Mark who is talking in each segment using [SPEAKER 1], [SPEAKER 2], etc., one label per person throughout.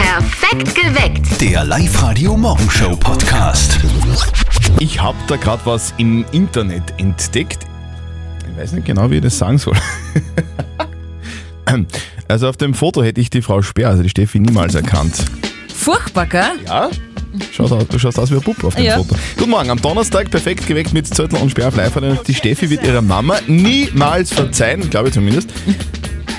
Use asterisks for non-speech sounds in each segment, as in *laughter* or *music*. [SPEAKER 1] Perfekt geweckt.
[SPEAKER 2] Der Live-Radio Morgenshow Podcast.
[SPEAKER 3] Ich habe da gerade was im Internet entdeckt. Ich weiß nicht genau, wie ich das sagen soll. *laughs* Also auf dem Foto hätte ich die Frau Speer, also die Steffi, niemals erkannt.
[SPEAKER 4] Furchtbar, gell?
[SPEAKER 3] Ja? Schaut aus, du schaust aus wie ein Bub auf dem
[SPEAKER 4] Ja.
[SPEAKER 3] Foto. Guten Morgen, am Donnerstag perfekt geweckt mit Zöttl und Speer auf live Radio. Die Steffi wird ihrer Mama niemals verzeihen, glaube ich zumindest,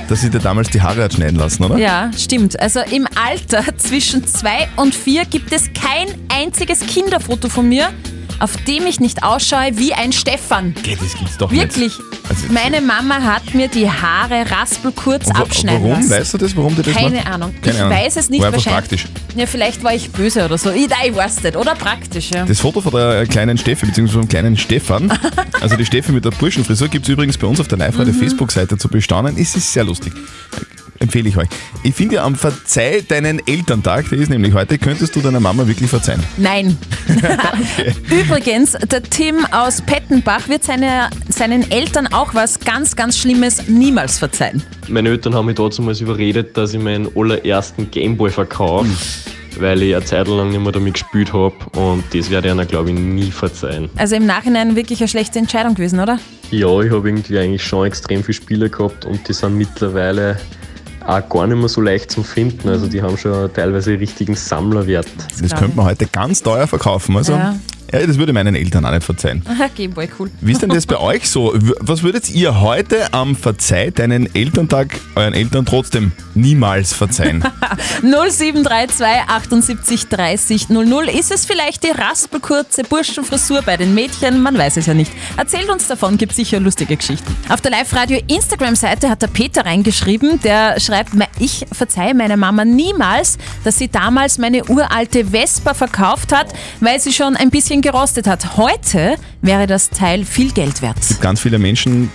[SPEAKER 3] dass sie dir damals die Haare hat schneiden lassen, oder?
[SPEAKER 4] Ja, stimmt. Also im Alter *laughs* zwischen zwei und vier gibt es kein einziges Kinderfoto von mir, auf dem ich nicht ausschaue wie ein Stefan.
[SPEAKER 3] Geh, das gibt's doch
[SPEAKER 4] Wirklich.
[SPEAKER 3] nicht. Also-
[SPEAKER 4] Meine Mama hat mir die Haare raspelkurz
[SPEAKER 3] Und wa-
[SPEAKER 4] abschneiden
[SPEAKER 3] Warum?
[SPEAKER 4] lassen.
[SPEAKER 3] Weißt du das, warum die das
[SPEAKER 4] Keine
[SPEAKER 3] macht?
[SPEAKER 4] Ahnung.
[SPEAKER 3] Keine
[SPEAKER 4] ich
[SPEAKER 3] Ahnung.
[SPEAKER 4] weiß es nicht
[SPEAKER 3] War einfach
[SPEAKER 4] wahrscheinlich.
[SPEAKER 3] praktisch.
[SPEAKER 4] Ja, vielleicht war ich böse oder so. Ich, nein, ich weiß nicht. Oder praktisch, ja.
[SPEAKER 3] Das Foto von der kleinen Steffi, beziehungsweise vom kleinen Stefan, also die Steffi mit der Burschenfrisur, gibt es übrigens bei uns auf der Live-Radio Facebook-Seite zu bestaunen. Es ist sehr lustig. Empfehle ich euch. Ich finde ja am Verzeih deinen Elterntag, der ist nämlich heute, könntest du deiner Mama wirklich verzeihen. *laughs*
[SPEAKER 4] Nein. *laughs* Übrigens, der Tim aus Pettenbach wird seine, seinen Eltern auch was ganz, ganz Schlimmes niemals verzeihen.
[SPEAKER 5] Meine Eltern haben mich damals überredet, dass ich meinen allerersten Gameboy verkaufe, weil ich eine Zeit lang nicht mehr damit gespielt habe und das werde ich ihnen, glaube ich, nie verzeihen.
[SPEAKER 4] Also im Nachhinein wirklich eine schlechte Entscheidung gewesen, oder?
[SPEAKER 5] Ja, ich habe irgendwie eigentlich schon extrem viele Spiele gehabt und die sind mittlerweile auch gar nicht mehr so leicht zum Finden. Also die haben schon teilweise einen richtigen Sammlerwert.
[SPEAKER 3] Das
[SPEAKER 4] glaub
[SPEAKER 3] könnte man heute ganz teuer verkaufen. Also, ja.
[SPEAKER 4] Ja.
[SPEAKER 3] das würde meinen Eltern auch nicht verzeihen.
[SPEAKER 4] Aha, Gameboy, cool.
[SPEAKER 3] Wie ist denn das bei euch so? W- Was würdet ihr heute am Verzeih deinen Elterntag euren Eltern trotzdem niemals verzeihen?
[SPEAKER 4] 0732 78 30 00. Ist es vielleicht die raspelkurze Burschenfrisur bei den Mädchen? Man weiß es ja nicht. Erzählt uns davon, gibt sicher lustige Geschichten. Auf der Live-Radio-Instagram-Seite hat der Peter reingeschrieben, der schreibt, "Me- ich verzeihe meiner Mama niemals, dass sie damals meine uralte Vespa verkauft hat, weil sie schon ein bisschen gerostet hat. Heute wäre das Teil viel Geld wert.
[SPEAKER 3] ganz viele Menschen,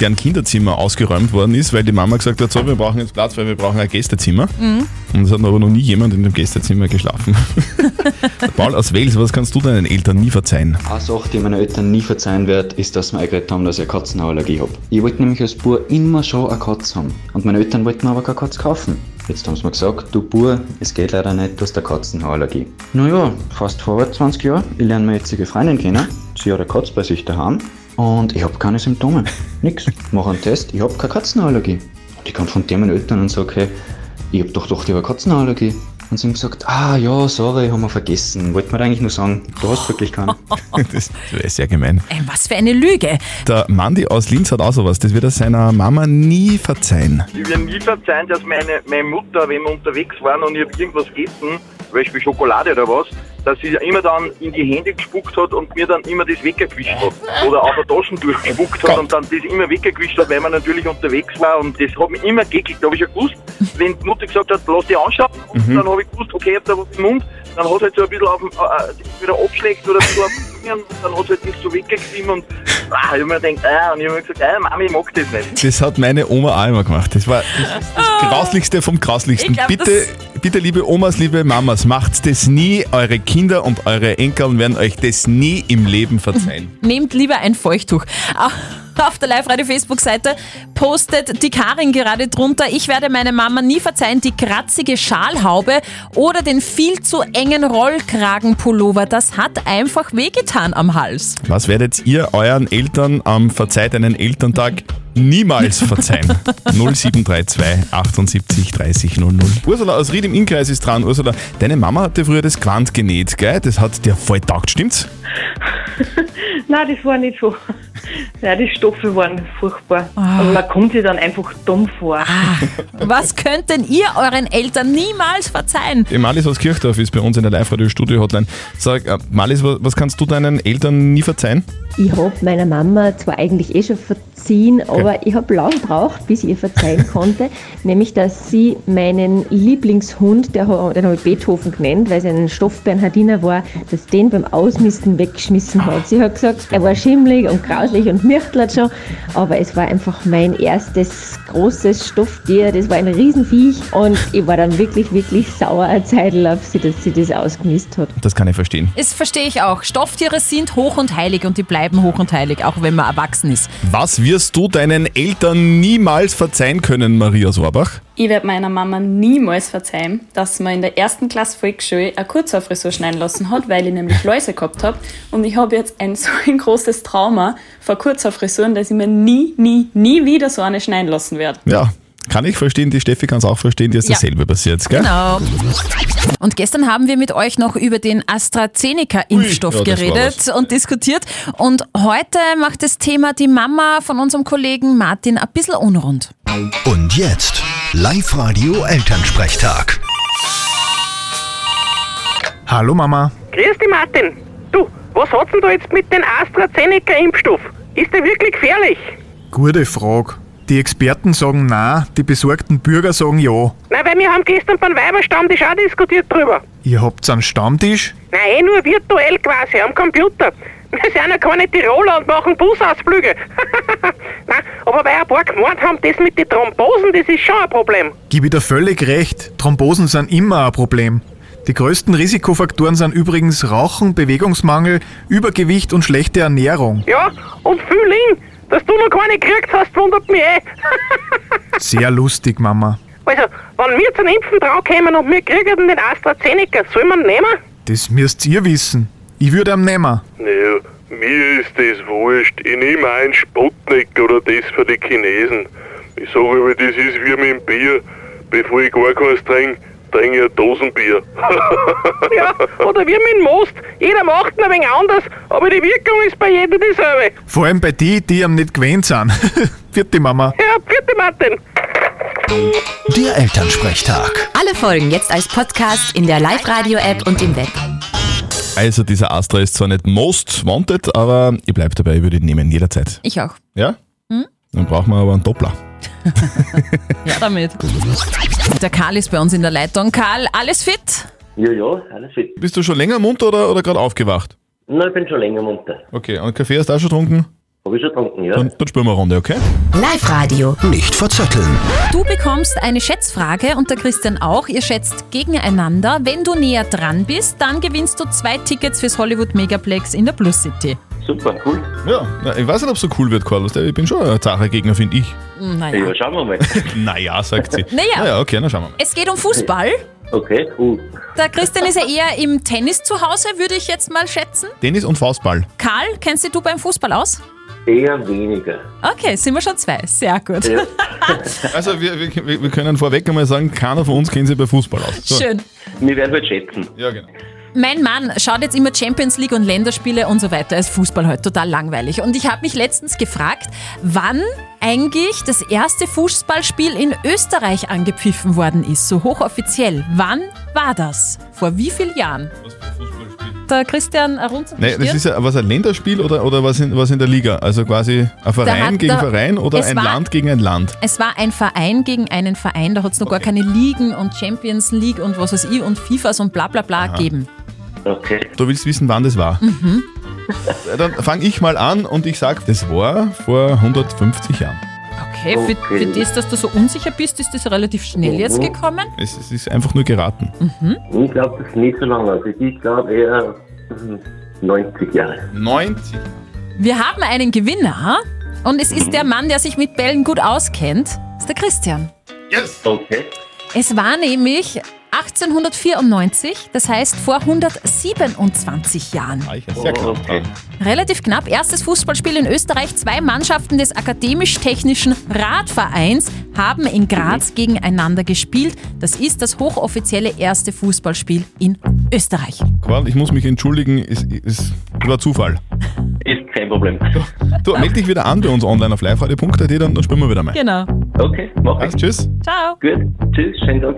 [SPEAKER 3] deren Kinderzimmer ausgeräumt worden ist, weil die Mama gesagt hat, so, wir brauchen jetzt Platz, weil wir brauchen ein Gästezimmer.
[SPEAKER 4] Mhm.
[SPEAKER 3] Und es hat aber noch nie jemand in dem Gästezimmer
[SPEAKER 4] *laughs*
[SPEAKER 3] geschlafen. Der Paul aus Wales, was kannst du deinen Eltern nie verzeihen?
[SPEAKER 6] Eine Sache, die ich meinen Eltern nie verzeihen werde, ist, dass wir eingeredet haben, dass ich eine Katzenallergie habe. Ich wollte nämlich als Bub immer schon eine Katze haben. Und meine Eltern wollten mir aber keine Katze kaufen. Jetzt haben sie mir gesagt, du Bub, es geht leider nicht, du hast eine Katzenallergie. Naja, fast vorwärts 20 Jahre, ich lerne meine jetzige Freundin kennen. Sie hat eine Katze bei sich daheim und ich habe keine Symptome. Nix. Mache einen Test, ich habe keine Katzenallergie. Und ich konfrontiere meine Eltern und sage, hey, ich habe doch doch die Katzenallergie. Und sie haben gesagt, ah ja, sorry, haben wir vergessen. Wollte mir eigentlich nur sagen, du hast wirklich keine.
[SPEAKER 4] Oh.
[SPEAKER 3] *laughs* Das wäre sehr gemein.
[SPEAKER 4] Ey, Was für eine Lüge.
[SPEAKER 3] Der Mandi aus Linz hat auch sowas, das wird er seiner Mama nie verzeihen.
[SPEAKER 7] Ich will nie verzeihen, dass meine, meine Mutter, wenn wir unterwegs waren und ich hab irgendwas gegessen, zum Beispiel Schokolade oder was, dass sie immer dann in die Hände gespuckt hat und mir dann immer das weggewischt hat. Oder auf der Taschen durchgespuckt hat und dann das immer weggewischt hat, weil man natürlich unterwegs war und das hat mich immer geekelt. Da habe ich ja gewusst, wenn die Mutter gesagt hat, lass dich anschauen, und dann habe ich gewusst, okay, ich hab da was im Mund, dann hat halt so ein bisschen auf dem, äh, das wieder abschlägt oder ein bisschen auf den Fingern, dann hat halt nicht so weggeschrieben und ah, ich habe mir gedacht, ah, und ich habe mir gesagt, ah, Mami, ich mag das nicht.
[SPEAKER 3] Das hat meine Oma auch immer gemacht. Das war das, ist das Grauslichste vom Grauslichsten.
[SPEAKER 4] Oh. Ich glaub,
[SPEAKER 3] bitte, bitte, liebe Omas, liebe Mamas, macht's das nie. Eure Kinder und eure Enkel werden euch das nie im Leben verzeihen.
[SPEAKER 4] Nehmt lieber ein Feuchttuch. Auf der Live-Radio-Facebook-Seite postet die Karin gerade drunter, ich werde meiner Mama nie verzeihen, die kratzige Schalhaube oder den viel zu engen Rollkragenpullover. Das hat einfach wehgetan am Hals.
[SPEAKER 3] Was werdet ihr euren Eltern am Verzeiht einen Elterntag niemals
[SPEAKER 4] *laughs*
[SPEAKER 3] verzeihen? 0732 78 30 00. Ursula aus Ried im Innkreis ist dran. Ursula, deine Mama hatte früher das Quant genäht, gell? Das hat dir voll taugt, stimmt's?
[SPEAKER 8] Nein, das war nicht so. Ja, die Stoffe waren furchtbar. Und man kommt sich dann einfach dumm vor.
[SPEAKER 4] Was könnt denn ihr euren Eltern niemals verzeihen?
[SPEAKER 3] Die Malis aus Kirchdorf ist bei uns in der Live-Radio-Studio-Hotline. Sag, äh, Malis, wa- was kannst du deinen Eltern nie verzeihen?
[SPEAKER 9] Ich habe meiner Mama zwar eigentlich eh schon verziehen, aber ich habe lang gebraucht, bis ich ihr verzeihen konnte, nämlich dass sie meinen Lieblingshund, der, ho- den habe ich Beethoven genannt, weil es ein Stoffbernhardiner war, dass den beim Ausmisten weggeschmissen hat. Sie hat gesagt, er war schimmelig und grauslich und mirchtelt schon, aber es war einfach mein erstes großes Stofftier, das war ein Riesenviech und ich war dann wirklich, wirklich sauer eine Zeit lang auf sie, dass sie das ausgemisst hat.
[SPEAKER 3] Das kann ich verstehen.
[SPEAKER 4] Das verstehe ich auch. Stofftiere sind hoch und heilig und die bleiben hoch und heilig, auch wenn man erwachsen ist.
[SPEAKER 3] Was wirst du deinen Eltern niemals verzeihen können, Maria Sorbach?
[SPEAKER 10] Ich werde meiner Mama niemals verzeihen, dass man in der ersten Klasse Volksschule eine Kurzhaarfrisur schneiden lassen hat, weil ich nämlich Läuse gehabt habe. Und ich habe jetzt ein so ein großes Trauma vor Kurzhaarfrisuren, dass ich mir nie, nie, nie wieder so eine schneiden lassen werde.
[SPEAKER 3] Ja, kann ich verstehen, die Steffi kann es auch verstehen, dir ist
[SPEAKER 4] Ja.
[SPEAKER 3] dasselbe passiert, gell?
[SPEAKER 4] Genau. Und gestern haben wir mit euch noch über den AstraZeneca-Impfstoff
[SPEAKER 3] Ui, ja, das war
[SPEAKER 4] geredet und diskutiert. Und heute macht das Thema die Mama von unserem Kollegen Martin ein bisschen unrund.
[SPEAKER 2] Und jetzt Live-Radio Elternsprechtag.
[SPEAKER 11] Hallo Mama.
[SPEAKER 7] Grüß dich, Martin. Du, was hat's denn da jetzt mit dem AstraZeneca-Impfstoff? Ist der wirklich gefährlich?
[SPEAKER 11] Gute Frage. Die Experten sagen nein, die besorgten Bürger sagen ja.
[SPEAKER 7] Nein, weil wir haben gestern beim Weiberstammtisch auch diskutiert drüber.
[SPEAKER 11] Ihr habt's einen Stammtisch?
[SPEAKER 7] Nein, eh nur virtuell quasi, am Computer. *laughs* Wir sind ja keine Tiroler und machen Busausflüge. *laughs* Nein, aber weil ein paar gemeint haben, das mit den Thrombosen, das ist schon ein Problem.
[SPEAKER 11] Gib ich dir völlig recht, Thrombosen sind immer ein Problem. Die größten Risikofaktoren sind übrigens Rauchen, Bewegungsmangel, Übergewicht und schlechte Ernährung.
[SPEAKER 7] Ja, und viel hin. Dass du noch keine gekriegt hast, wundert mich eh.
[SPEAKER 11] Sehr lustig, Mama.
[SPEAKER 7] Also, wenn wir zum Impfen draufkommen und wir kriegen den AstraZeneca, soll man nehmen?
[SPEAKER 11] Das müsst ihr wissen. Ich würde am nehmen.
[SPEAKER 12] Naja, mir ist das wurscht. Ich nehme einen Sputnik oder das für die Chinesen. Ich sage aber, das ist wie mit dem Bier. Bevor ich gar keins trinke, trinke ich ein Dosenbier.
[SPEAKER 7] *laughs*
[SPEAKER 12] *laughs*
[SPEAKER 7] ja, oder wie mit dem Most. Jeder macht ihn ein wenig anders, aber die Wirkung ist bei jedem dieselbe.
[SPEAKER 11] Vor allem bei die, die am nicht gewöhnt sind. *laughs* Vierte Mama.
[SPEAKER 7] Ja, bitte Martin.
[SPEAKER 11] Der Elternsprechtag.
[SPEAKER 1] Alle Folgen jetzt als Podcast in der Live-Radio-App und im Web.
[SPEAKER 3] Also dieser Astra ist zwar nicht most wanted, aber ich bleibe dabei, ich würde ihn nehmen jederzeit.
[SPEAKER 4] Ich auch.
[SPEAKER 3] Ja?
[SPEAKER 4] Hm?
[SPEAKER 3] Dann brauchen wir aber einen Doppler.
[SPEAKER 4] Ja, damit. Der Karl ist bei uns in der Leitung. Karl, alles fit?
[SPEAKER 13] Ja, ja, alles fit.
[SPEAKER 3] Bist du schon länger munter oder, oder gerade aufgewacht?
[SPEAKER 13] Nein, ich bin schon länger munter.
[SPEAKER 3] Okay, und Kaffee hast du auch schon getrunken?
[SPEAKER 13] Hab ich schon getrunken, ja.
[SPEAKER 3] Dann, dann spielen wir eine Runde, okay?
[SPEAKER 1] Live-Radio.
[SPEAKER 2] Nicht verzetteln.
[SPEAKER 4] Du bekommst eine Schätzfrage und der Christian auch. Ihr schätzt gegeneinander. Wenn du näher dran bist, dann gewinnst du zwei Tickets fürs Hollywood Megaplex in der Plus City.
[SPEAKER 13] Super, cool.
[SPEAKER 3] Ja, na, ich weiß nicht, ob es so cool wird, Carlos. Ich bin schon ein zacher Gegner, finde ich.
[SPEAKER 4] Naja.
[SPEAKER 13] schauen wir mal.
[SPEAKER 3] naja, sagt sie.
[SPEAKER 4] *laughs* Naja.
[SPEAKER 3] Naja, okay, dann schauen wir mal.
[SPEAKER 4] Es geht um Fußball.
[SPEAKER 13] Okay, uh,
[SPEAKER 4] Der Christian ist ja eher im Tennis zu Hause, würde ich jetzt mal schätzen.
[SPEAKER 3] Tennis und Faustball.
[SPEAKER 4] Karl, kennst dich du beim Fußball aus?
[SPEAKER 13] eher weniger.
[SPEAKER 4] Okay, sind wir schon zwei. Sehr gut.
[SPEAKER 3] Ja. Also wir, wir, wir wir können vorweg einmal sagen, keiner von uns kennt sich bei Fußball aus.
[SPEAKER 4] Schön.
[SPEAKER 13] Wir werden es schätzen.
[SPEAKER 3] Ja, genau.
[SPEAKER 4] Mein Mann schaut jetzt immer Champions League und Länderspiele und so weiter. Er Ist Fußball heute total langweilig. Und ich habe mich letztens gefragt, wann eigentlich das erste Fußballspiel in Österreich angepfiffen worden ist. So hochoffiziell. Wann war das? Vor wie vielen Jahren? Was für Fußballspiel? Der Christian rund
[SPEAKER 3] Nee, das ist ja was ein Länderspiel oder, oder was, in, was in der Liga? Also quasi ein Verein
[SPEAKER 4] hat
[SPEAKER 3] gegen
[SPEAKER 4] der-
[SPEAKER 3] Verein oder
[SPEAKER 4] es
[SPEAKER 3] ein
[SPEAKER 4] war-
[SPEAKER 3] Land gegen ein Land?
[SPEAKER 4] Es war ein Verein gegen einen Verein, da hat es noch gar keine Ligen und Champions League und was weiß ich und FIFAs und bla bla bla gegeben.
[SPEAKER 13] Okay.
[SPEAKER 3] Du willst wissen, wann das war?
[SPEAKER 4] Mhm.
[SPEAKER 3] Dann fange ich mal an und ich sag, das war vor 150 Jahren.
[SPEAKER 4] Okay, für,
[SPEAKER 3] Okay.
[SPEAKER 4] für das, dass du so unsicher bist, ist das relativ schnell jetzt
[SPEAKER 13] Mhm.
[SPEAKER 4] gekommen.
[SPEAKER 3] Es, es ist einfach nur geraten.
[SPEAKER 13] Ich glaube, das ist nicht so lange. Also ich glaube eher hm, 90 Jahre.
[SPEAKER 3] 90?
[SPEAKER 4] Wir haben einen Gewinner und es ist der Mann, der sich mit Bällen gut auskennt. Das ist der Christian.
[SPEAKER 13] Yes! Okay.
[SPEAKER 4] Es war nämlich 1894, das heißt vor 127 Jahren.
[SPEAKER 3] Sehr
[SPEAKER 5] Oh,
[SPEAKER 3] knapp.
[SPEAKER 4] Relativ knapp. Erstes Fußballspiel in Österreich. Zwei Mannschaften des Akademisch-Technischen Radvereins haben in Graz gegeneinander gespielt. Das ist das hochoffizielle erste Fußballspiel in Österreich.
[SPEAKER 3] Karl, ich muss mich entschuldigen, es, es war Zufall.
[SPEAKER 13] Ist kein Problem.
[SPEAKER 3] Du, melde dich wieder an bei uns online auf liveradio.at, dann, dann spielen wir wieder mal.
[SPEAKER 4] Genau.
[SPEAKER 13] Okay, mach ich.
[SPEAKER 3] Tschüss.
[SPEAKER 4] Ciao.
[SPEAKER 13] Gut, tschüss, schönen Tag.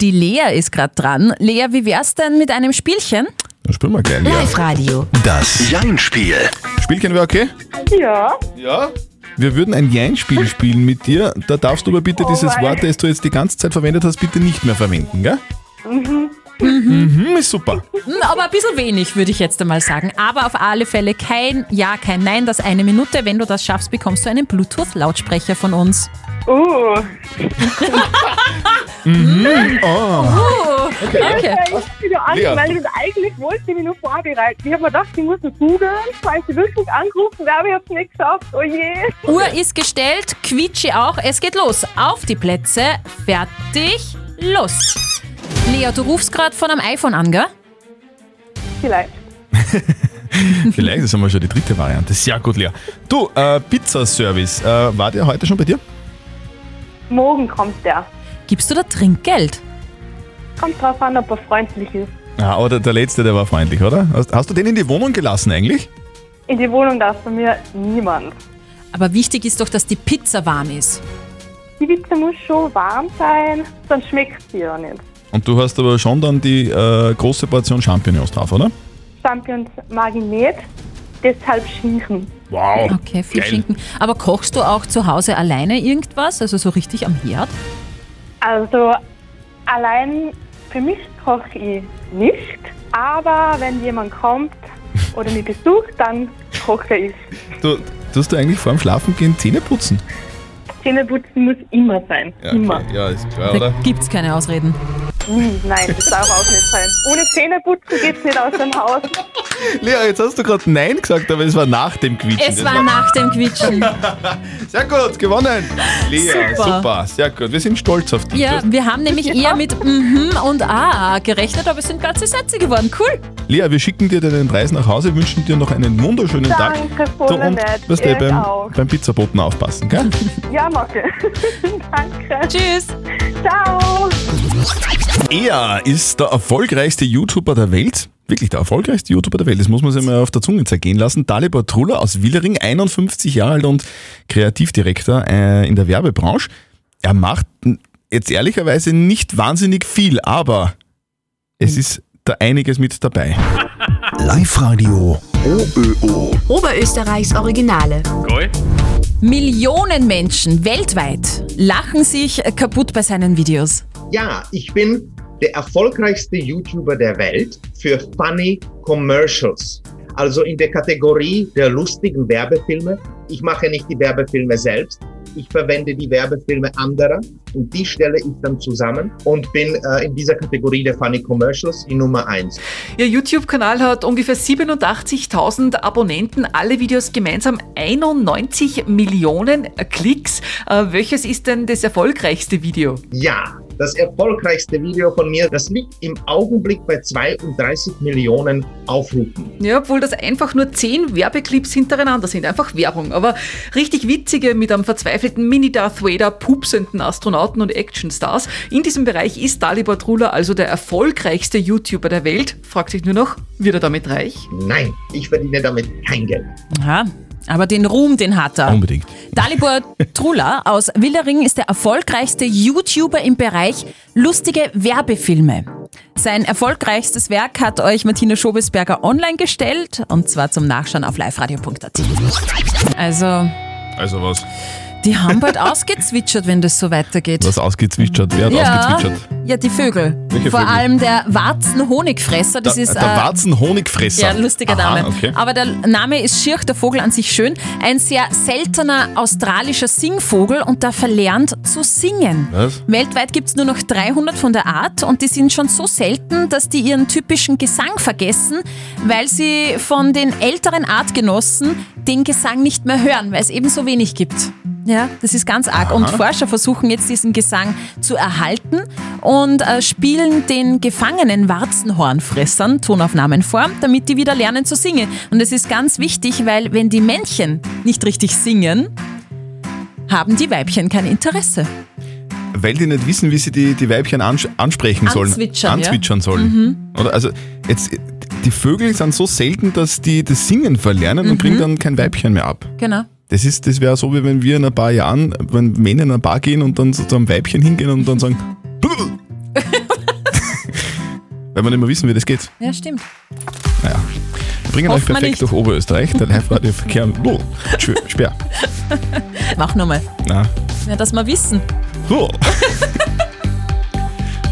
[SPEAKER 4] Die Lea ist gerade dran. Lea, wie wär's denn mit einem Spielchen?
[SPEAKER 3] Dann spielen wir gleich.
[SPEAKER 1] Live-Radio.
[SPEAKER 3] Das Jein-Spiel. Spielchen wäre okay?
[SPEAKER 8] Ja.
[SPEAKER 3] Ja? Wir würden ein Jein-Spiel spielen mit dir. Da darfst du aber bitte
[SPEAKER 8] Oh
[SPEAKER 3] dieses
[SPEAKER 8] wei.
[SPEAKER 3] Wort, das du jetzt die ganze Zeit verwendet hast, bitte nicht mehr verwenden, gell?
[SPEAKER 4] Mhm.
[SPEAKER 3] Mhm, ist super.
[SPEAKER 4] Hm, Aber ein bisschen wenig, würde ich jetzt einmal sagen. Aber auf alle Fälle kein Ja, kein Nein, das eine Minute. Wenn du das schaffst, bekommst du einen Bluetooth-Lautsprecher von uns.
[SPEAKER 8] Oh.
[SPEAKER 3] Mhm. Oh.
[SPEAKER 4] Oh. Okay.
[SPEAKER 14] Ja, ich bin ja
[SPEAKER 4] Lea.
[SPEAKER 14] an, weil ich das eigentlich wollte ich mich nur vorbereiten. Ich habe mir gedacht, ich muss ihn googeln, falls sie wirklich angerufen aber ich habe es nicht geschafft. Oh je.
[SPEAKER 4] Uhr ist gestellt, Quietsche auch. Es geht los. Auf die Plätze. Fertig. Los. Lea, du rufst gerade von einem iPhone an, gell?
[SPEAKER 14] Vielleicht.
[SPEAKER 3] Vielleicht ist einmal schon die dritte Variante. Sehr gut, Lea. Du, äh, Pizzaservice, äh, war der heute schon bei dir?
[SPEAKER 14] Morgen kommt der.
[SPEAKER 4] Gibst du da Trinkgeld?
[SPEAKER 14] Kommt drauf an, ob er freundlich ist.
[SPEAKER 3] Ah, aber der, der letzte, der war freundlich, oder? Hast, hast du den in die Wohnung gelassen eigentlich?
[SPEAKER 14] In die Wohnung darf von mir niemand.
[SPEAKER 4] Aber wichtig ist doch, dass die Pizza warm ist.
[SPEAKER 14] Die Pizza muss schon warm sein, sonst schmeckt sie ja nicht.
[SPEAKER 3] Und du hast aber schon dann die äh, große Portion Champignons drauf, oder?
[SPEAKER 14] Champions mag ich nicht, deshalb Schinken.
[SPEAKER 3] Wow.
[SPEAKER 4] Okay, viel
[SPEAKER 3] Oh, Geil.
[SPEAKER 4] Schinken. Aber kochst du auch zu Hause alleine irgendwas? Also so richtig am Herd?
[SPEAKER 14] Also allein für mich koche ich nicht, aber wenn jemand kommt oder mich besucht, dann koche ich.
[SPEAKER 3] Du, tust du eigentlich vor dem Schlafengehen Zähne putzen?
[SPEAKER 14] Zähneputzen muss immer sein.
[SPEAKER 3] Ja,
[SPEAKER 14] immer.
[SPEAKER 3] okay. ja ist klar,
[SPEAKER 4] Da
[SPEAKER 3] oder?
[SPEAKER 4] gibt's keine Ausreden.
[SPEAKER 14] Nie, nein, das darf auch nicht sein. Ohne Zähneputzen geht's nicht aus dem Haus.
[SPEAKER 3] Lea, jetzt hast du gerade Nein gesagt, aber es war nach dem Quietschen.
[SPEAKER 4] Es
[SPEAKER 3] Das
[SPEAKER 4] war nach
[SPEAKER 3] *laughs*
[SPEAKER 4] dem Quietschen.
[SPEAKER 3] Sehr gut, gewonnen. Lea,
[SPEAKER 4] Super.
[SPEAKER 3] super. sehr gut. Wir sind stolz auf dich. Du
[SPEAKER 4] Ja,
[SPEAKER 3] hast-
[SPEAKER 4] wir haben nämlich eher mit mhm und ah gerechnet, aber es sind ganze Sätze geworden. Cool.
[SPEAKER 3] Lea, wir schicken dir deinen Preis nach Hause, wünschen dir noch einen wunderschönen
[SPEAKER 14] Danke,
[SPEAKER 3] Tag.
[SPEAKER 14] voll
[SPEAKER 3] Du und
[SPEAKER 14] nett.
[SPEAKER 3] weißt du,
[SPEAKER 14] Ihr
[SPEAKER 3] beim,
[SPEAKER 14] auch.
[SPEAKER 3] beim Pizzaboten aufpassen, gell?
[SPEAKER 14] Ja, mache. *laughs* Danke.
[SPEAKER 4] Tschüss.
[SPEAKER 14] Ciao.
[SPEAKER 3] Er ist der erfolgreichste YouTuber der Welt. Wirklich der erfolgreichste YouTuber der Welt. Das muss man sich mal auf der Zunge zergehen lassen. Dalibor Truller aus Willering, 51 Jahre alt und Kreativdirektor äh, in der Werbebranche. Er macht n- jetzt ehrlicherweise nicht wahnsinnig viel, aber es ist da einiges mit dabei.
[SPEAKER 2] Live-Radio OÖO.
[SPEAKER 4] Oberösterreichs Originale. Millionen Menschen weltweit lachen sich kaputt bei seinen Videos.
[SPEAKER 15] Ja, ich bin der erfolgreichste YouTuber der Welt für Funny Commercials. Also in der Kategorie der lustigen Werbefilme. Ich mache nicht die Werbefilme selbst. Ich verwende die Werbefilme anderer und die stelle ich dann zusammen und bin äh, in dieser Kategorie der Funny Commercials die Nummer eins.
[SPEAKER 16] Ihr YouTube-Kanal hat ungefähr 87.000 Abonnenten, alle Videos gemeinsam 91 Millionen Klicks. Äh, welches ist denn das erfolgreichste Video?
[SPEAKER 15] Ja, das erfolgreichste Video von mir, das liegt im Augenblick bei 32 Millionen Aufrufen.
[SPEAKER 16] Ja, obwohl das einfach nur zehn Werbeclips hintereinander sind, einfach Werbung. Aber richtig witzige mit einem verzweifelten Mini-Darth Vader, pupsenden Astronauten und Actionstars. In diesem Bereich ist Dalibor Trula also der erfolgreichste YouTuber der Welt. Fragt sich nur noch, wird er damit reich?
[SPEAKER 15] Nein, ich verdiene damit kein Geld.
[SPEAKER 4] Aha. Aber den Ruhm, den hat er.
[SPEAKER 3] Unbedingt.
[SPEAKER 4] Dalibor Trula aus Willering ist der erfolgreichste YouTuber im Bereich lustige Werbefilme. Sein erfolgreichstes Werk hat euch Martina Schobesberger online gestellt und zwar zum Nachschauen auf liveradio.at. Also,
[SPEAKER 3] Also was?
[SPEAKER 4] die
[SPEAKER 3] *laughs*
[SPEAKER 4] haben bald ausgezwitschert, wenn das so weitergeht.
[SPEAKER 3] Was ausgezwitschert? Wer hat ausgezwitschert?
[SPEAKER 4] ja, die Vögel.
[SPEAKER 3] Welche
[SPEAKER 4] Vor
[SPEAKER 3] Vögel?
[SPEAKER 4] allem der Warzenhonigfresser. Das
[SPEAKER 3] der
[SPEAKER 4] ist
[SPEAKER 3] der
[SPEAKER 4] äh,
[SPEAKER 3] Warzenhonigfresser.
[SPEAKER 4] ja, lustiger
[SPEAKER 3] Aha,
[SPEAKER 4] Name.
[SPEAKER 3] Okay.
[SPEAKER 4] Aber der Name ist schier, der Vogel an sich schön. Ein sehr seltener australischer Singvogel und der verlernt zu singen.
[SPEAKER 3] Was?
[SPEAKER 4] Weltweit gibt es nur noch 300 von der Art und die sind schon so selten, dass die ihren typischen Gesang vergessen, weil sie von den älteren Artgenossen den Gesang nicht mehr hören, weil es eben so wenig gibt. Ja, das ist ganz arg.
[SPEAKER 1] Aha.
[SPEAKER 4] Und Forscher versuchen jetzt diesen Gesang zu erhalten und äh, spielen den gefangenen Warzenhornfressern Tonaufnahmen vor, damit die wieder lernen zu singen. Und das ist ganz wichtig, weil wenn die Männchen nicht richtig singen, haben die Weibchen kein Interesse.
[SPEAKER 3] Weil die nicht wissen, wie sie die, die Weibchen ans ansprechen sollen.
[SPEAKER 4] Anzwitschern, ja. Mhm.
[SPEAKER 3] Anzwitschern sollen. Oder also jetzt die Vögel sind so selten, dass die das Singen verlernen
[SPEAKER 4] Mhm.
[SPEAKER 3] und kriegen dann kein Weibchen mehr ab.
[SPEAKER 4] Genau.
[SPEAKER 3] Das ist, das wäre so, wie wenn wir in ein paar Jahren, wenn Männer in ein Bar gehen und dann so zu einem Weibchen hingehen und dann sagen, "Blubl." *laughs* weil wir nicht mehr wissen, wie das geht.
[SPEAKER 4] Ja, stimmt.
[SPEAKER 3] Naja. Wir bringen
[SPEAKER 4] Hofft
[SPEAKER 3] euch
[SPEAKER 4] man
[SPEAKER 3] perfekt
[SPEAKER 4] nicht.
[SPEAKER 3] durch Oberösterreich, der
[SPEAKER 4] *laughs*
[SPEAKER 3] Live-Radio-Verkehr. Oh, tschö, Sperr.
[SPEAKER 4] Mach nochmal.
[SPEAKER 3] Na.
[SPEAKER 4] Ja, dass wir wissen.
[SPEAKER 3] So.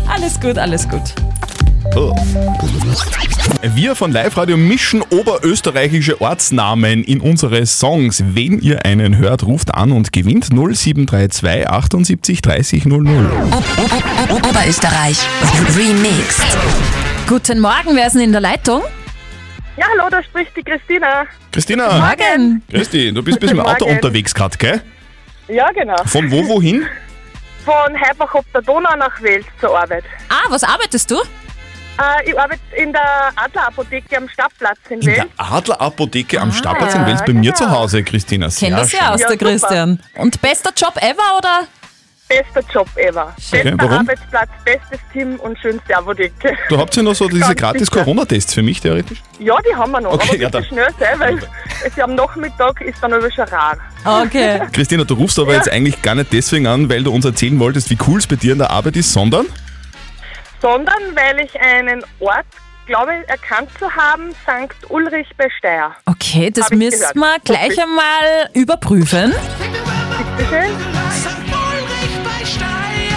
[SPEAKER 4] Alles gut, alles gut.
[SPEAKER 3] Oh. Wir von Live Radio mischen oberösterreichische Ortsnamen in unsere Songs. Wenn ihr einen hört, ruft an und gewinnt 0732 78 30 00.
[SPEAKER 1] Oberösterreich. Remixed.
[SPEAKER 4] Guten Morgen, wer ist denn in der Leitung?
[SPEAKER 9] Ja, hallo, da spricht die Christina.
[SPEAKER 3] Christina.
[SPEAKER 9] Guten Morgen.
[SPEAKER 3] Christi, du bist ein bisschen im
[SPEAKER 9] Guten
[SPEAKER 3] Auto
[SPEAKER 9] Morgen.
[SPEAKER 3] unterwegs gerade, gell?
[SPEAKER 9] Ja, genau.
[SPEAKER 3] Von wo wohin?
[SPEAKER 9] Von Heibach ob der Donau nach Wels zur Arbeit.
[SPEAKER 4] Ah, was arbeitest du?
[SPEAKER 9] Äh, ich arbeite in der Adlerapotheke am Stadtplatz in
[SPEAKER 3] In
[SPEAKER 9] Wels.
[SPEAKER 3] der Adlerapotheke am Stadtplatz in
[SPEAKER 9] Ah, ja, genau.
[SPEAKER 3] Wels bei mir zu Hause, Christina.
[SPEAKER 4] Kennt das ja aus,
[SPEAKER 9] Ja,
[SPEAKER 4] der
[SPEAKER 9] super.
[SPEAKER 4] Christian. Und bester Job ever, oder?
[SPEAKER 9] Bester Job ever. Bester
[SPEAKER 3] warum?
[SPEAKER 9] Arbeitsplatz, bestes Team und schönste Apotheke.
[SPEAKER 3] Du habt ja noch so diese
[SPEAKER 9] Ganz
[SPEAKER 3] gratis
[SPEAKER 9] sicher.
[SPEAKER 3] Corona-Tests für mich theoretisch.
[SPEAKER 9] Ja, die haben wir noch,
[SPEAKER 3] Okay,
[SPEAKER 9] aber
[SPEAKER 3] ja,
[SPEAKER 9] bitte
[SPEAKER 3] dann.
[SPEAKER 9] schnell sein, weil es am Nachmittag ist dann aber schon rar.
[SPEAKER 4] Okay.
[SPEAKER 9] *laughs*
[SPEAKER 3] Christina, du rufst aber jetzt eigentlich gar nicht deswegen an, weil du uns erzählen wolltest, wie cool es bei dir in der Arbeit ist, sondern
[SPEAKER 9] Sondern weil ich einen Ort glaube erkannt zu haben, St. Ulrich bei Steyr.
[SPEAKER 4] Okay, das
[SPEAKER 9] Hab ich
[SPEAKER 4] müssen
[SPEAKER 9] gehört.
[SPEAKER 4] wir gleich
[SPEAKER 9] Wirklich.
[SPEAKER 4] einmal überprüfen.
[SPEAKER 9] Bitteschön.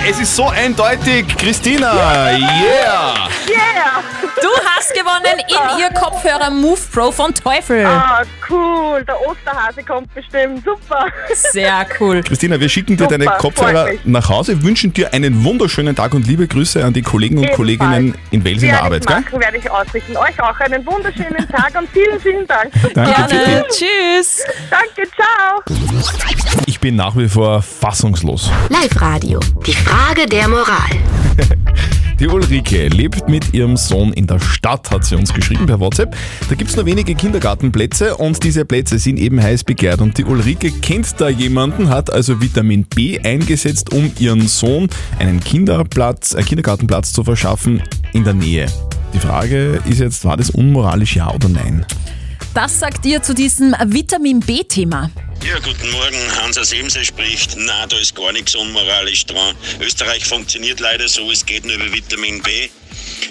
[SPEAKER 3] es ist so eindeutig, Christina! Yeah!
[SPEAKER 9] Yeah!
[SPEAKER 4] Du hast gewonnen in ihr Kopfhörer Move Pro von
[SPEAKER 3] Äh.
[SPEAKER 4] Teufel.
[SPEAKER 9] Ah, cool, der Osterhase kommt bestimmt, super.
[SPEAKER 4] Sehr cool.
[SPEAKER 3] Christina, wir schicken dir
[SPEAKER 9] Super,
[SPEAKER 3] deine Kopfhörer
[SPEAKER 9] freut mich.
[SPEAKER 3] nach Hause, wünschen dir einen wunderschönen Tag und liebe Grüße an die Kollegen und
[SPEAKER 9] Ebenfalls.
[SPEAKER 3] Kolleginnen in Wels in der Arbeit, gell?
[SPEAKER 9] machen, werde ich ausrichten. Euch auch einen wunderschönen Tag und vielen, vielen Dank.
[SPEAKER 3] Danke,
[SPEAKER 4] Gerne.
[SPEAKER 3] bitte.
[SPEAKER 4] Tschüss.
[SPEAKER 9] Danke, ciao.
[SPEAKER 3] Ich bin nach wie vor fassungslos.
[SPEAKER 1] Live Radio. Die Frage der Moral.
[SPEAKER 3] Die Ulrike lebt mit ihrem Sohn in der Stadt, hat sie uns geschrieben per WhatsApp. Da gibt es nur wenige Kindergartenplätze und diese Plätze sind eben heiß begehrt. Und die Ulrike kennt da jemanden, hat also Vitamin B eingesetzt, um ihren Sohn einen Kinderplatz, äh, Kindergartenplatz zu verschaffen in der Nähe. Die Frage ist jetzt, war das unmoralisch ja oder nein?
[SPEAKER 4] Das sagt ihr zu diesem Vitamin B-Thema.
[SPEAKER 17] Ja, guten Morgen, Hansa Simse spricht. Na, da ist gar nichts unmoralisch dran. Österreich funktioniert leider so, es geht nur über Vitamin B.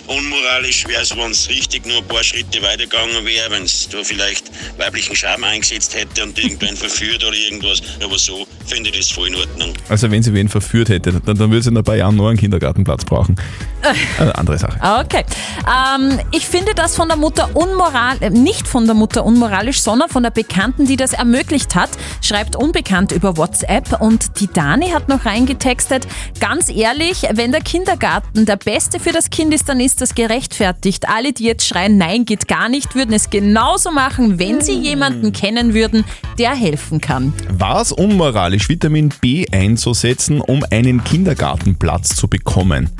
[SPEAKER 17] Unmoralisch wäre es, wenn es richtig nur ein paar Schritte weitergegangen wäre, wenn es da vielleicht weiblichen Charme eingesetzt hätte und irgendwen verführt oder irgendwas. Aber so finde ich das voll in Ordnung.
[SPEAKER 3] Also wenn sie wen verführt hätte, dann, dann würde sie in ein paar Jahren noch einen Kindergartenplatz brauchen. Also andere Sache.
[SPEAKER 4] Okay. Ähm, ich finde das von der Mutter unmoral, äh, nicht von der Mutter unmoralisch, sondern von der Bekannten, die das ermöglicht hat, schreibt Unbekannt über WhatsApp und die Dani hat noch reingetextet, ganz ehrlich, wenn der Kindergarten der beste für das Kind ist, dann ist das gerechtfertigt. Alle, die jetzt schreien, nein, geht gar nicht, würden es genauso machen, wenn sie jemanden kennen würden, der helfen kann.
[SPEAKER 3] War es unmoralisch, um Vitamin B einzusetzen, um einen Kindergartenplatz zu bekommen?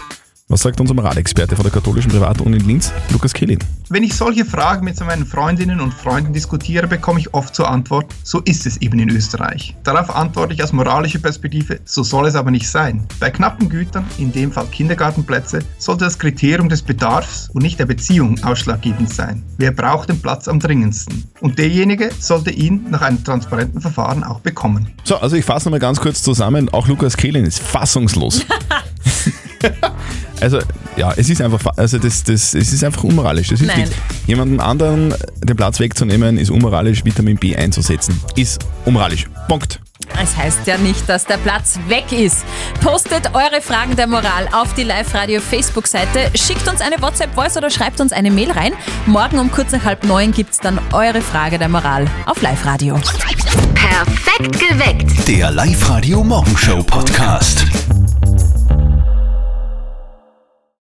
[SPEAKER 3] Was sagt unser Moralexperte von der katholischen Privatuni Linz, Lukas Kehlin?
[SPEAKER 18] Wenn ich solche Fragen mit so meinen Freundinnen und Freunden diskutiere, bekomme ich oft zur Antwort, so ist es eben in Österreich. Darauf antworte ich aus moralischer Perspektive, so soll es aber nicht sein. Bei knappen Gütern, in dem Fall Kindergartenplätze, sollte das Kriterium des Bedarfs und nicht der Beziehung ausschlaggebend sein. Wer braucht den Platz am dringendsten? Und derjenige sollte ihn nach einem transparenten Verfahren auch bekommen.
[SPEAKER 3] So, also ich fasse nochmal ganz kurz zusammen. Auch Lukas Kehlin ist fassungslos. also, ja, es ist einfach, fa- also das, das, es ist einfach unmoralisch. Das ist
[SPEAKER 4] Nein.
[SPEAKER 3] nicht. Jemandem anderen den Platz wegzunehmen, ist unmoralisch. Vitamin B einzusetzen, ist unmoralisch. Punkt.
[SPEAKER 4] Es heißt ja nicht, dass der Platz weg ist. Postet eure Fragen der Moral auf die Live-Radio-Facebook-Seite, schickt uns eine WhatsApp-Voice oder schreibt uns eine Mail rein. Morgen um kurz nach halb neun gibt's dann eure Frage der Moral auf Live-Radio.
[SPEAKER 1] Perfekt geweckt.
[SPEAKER 2] Der Live-Radio Morgenshow Podcast.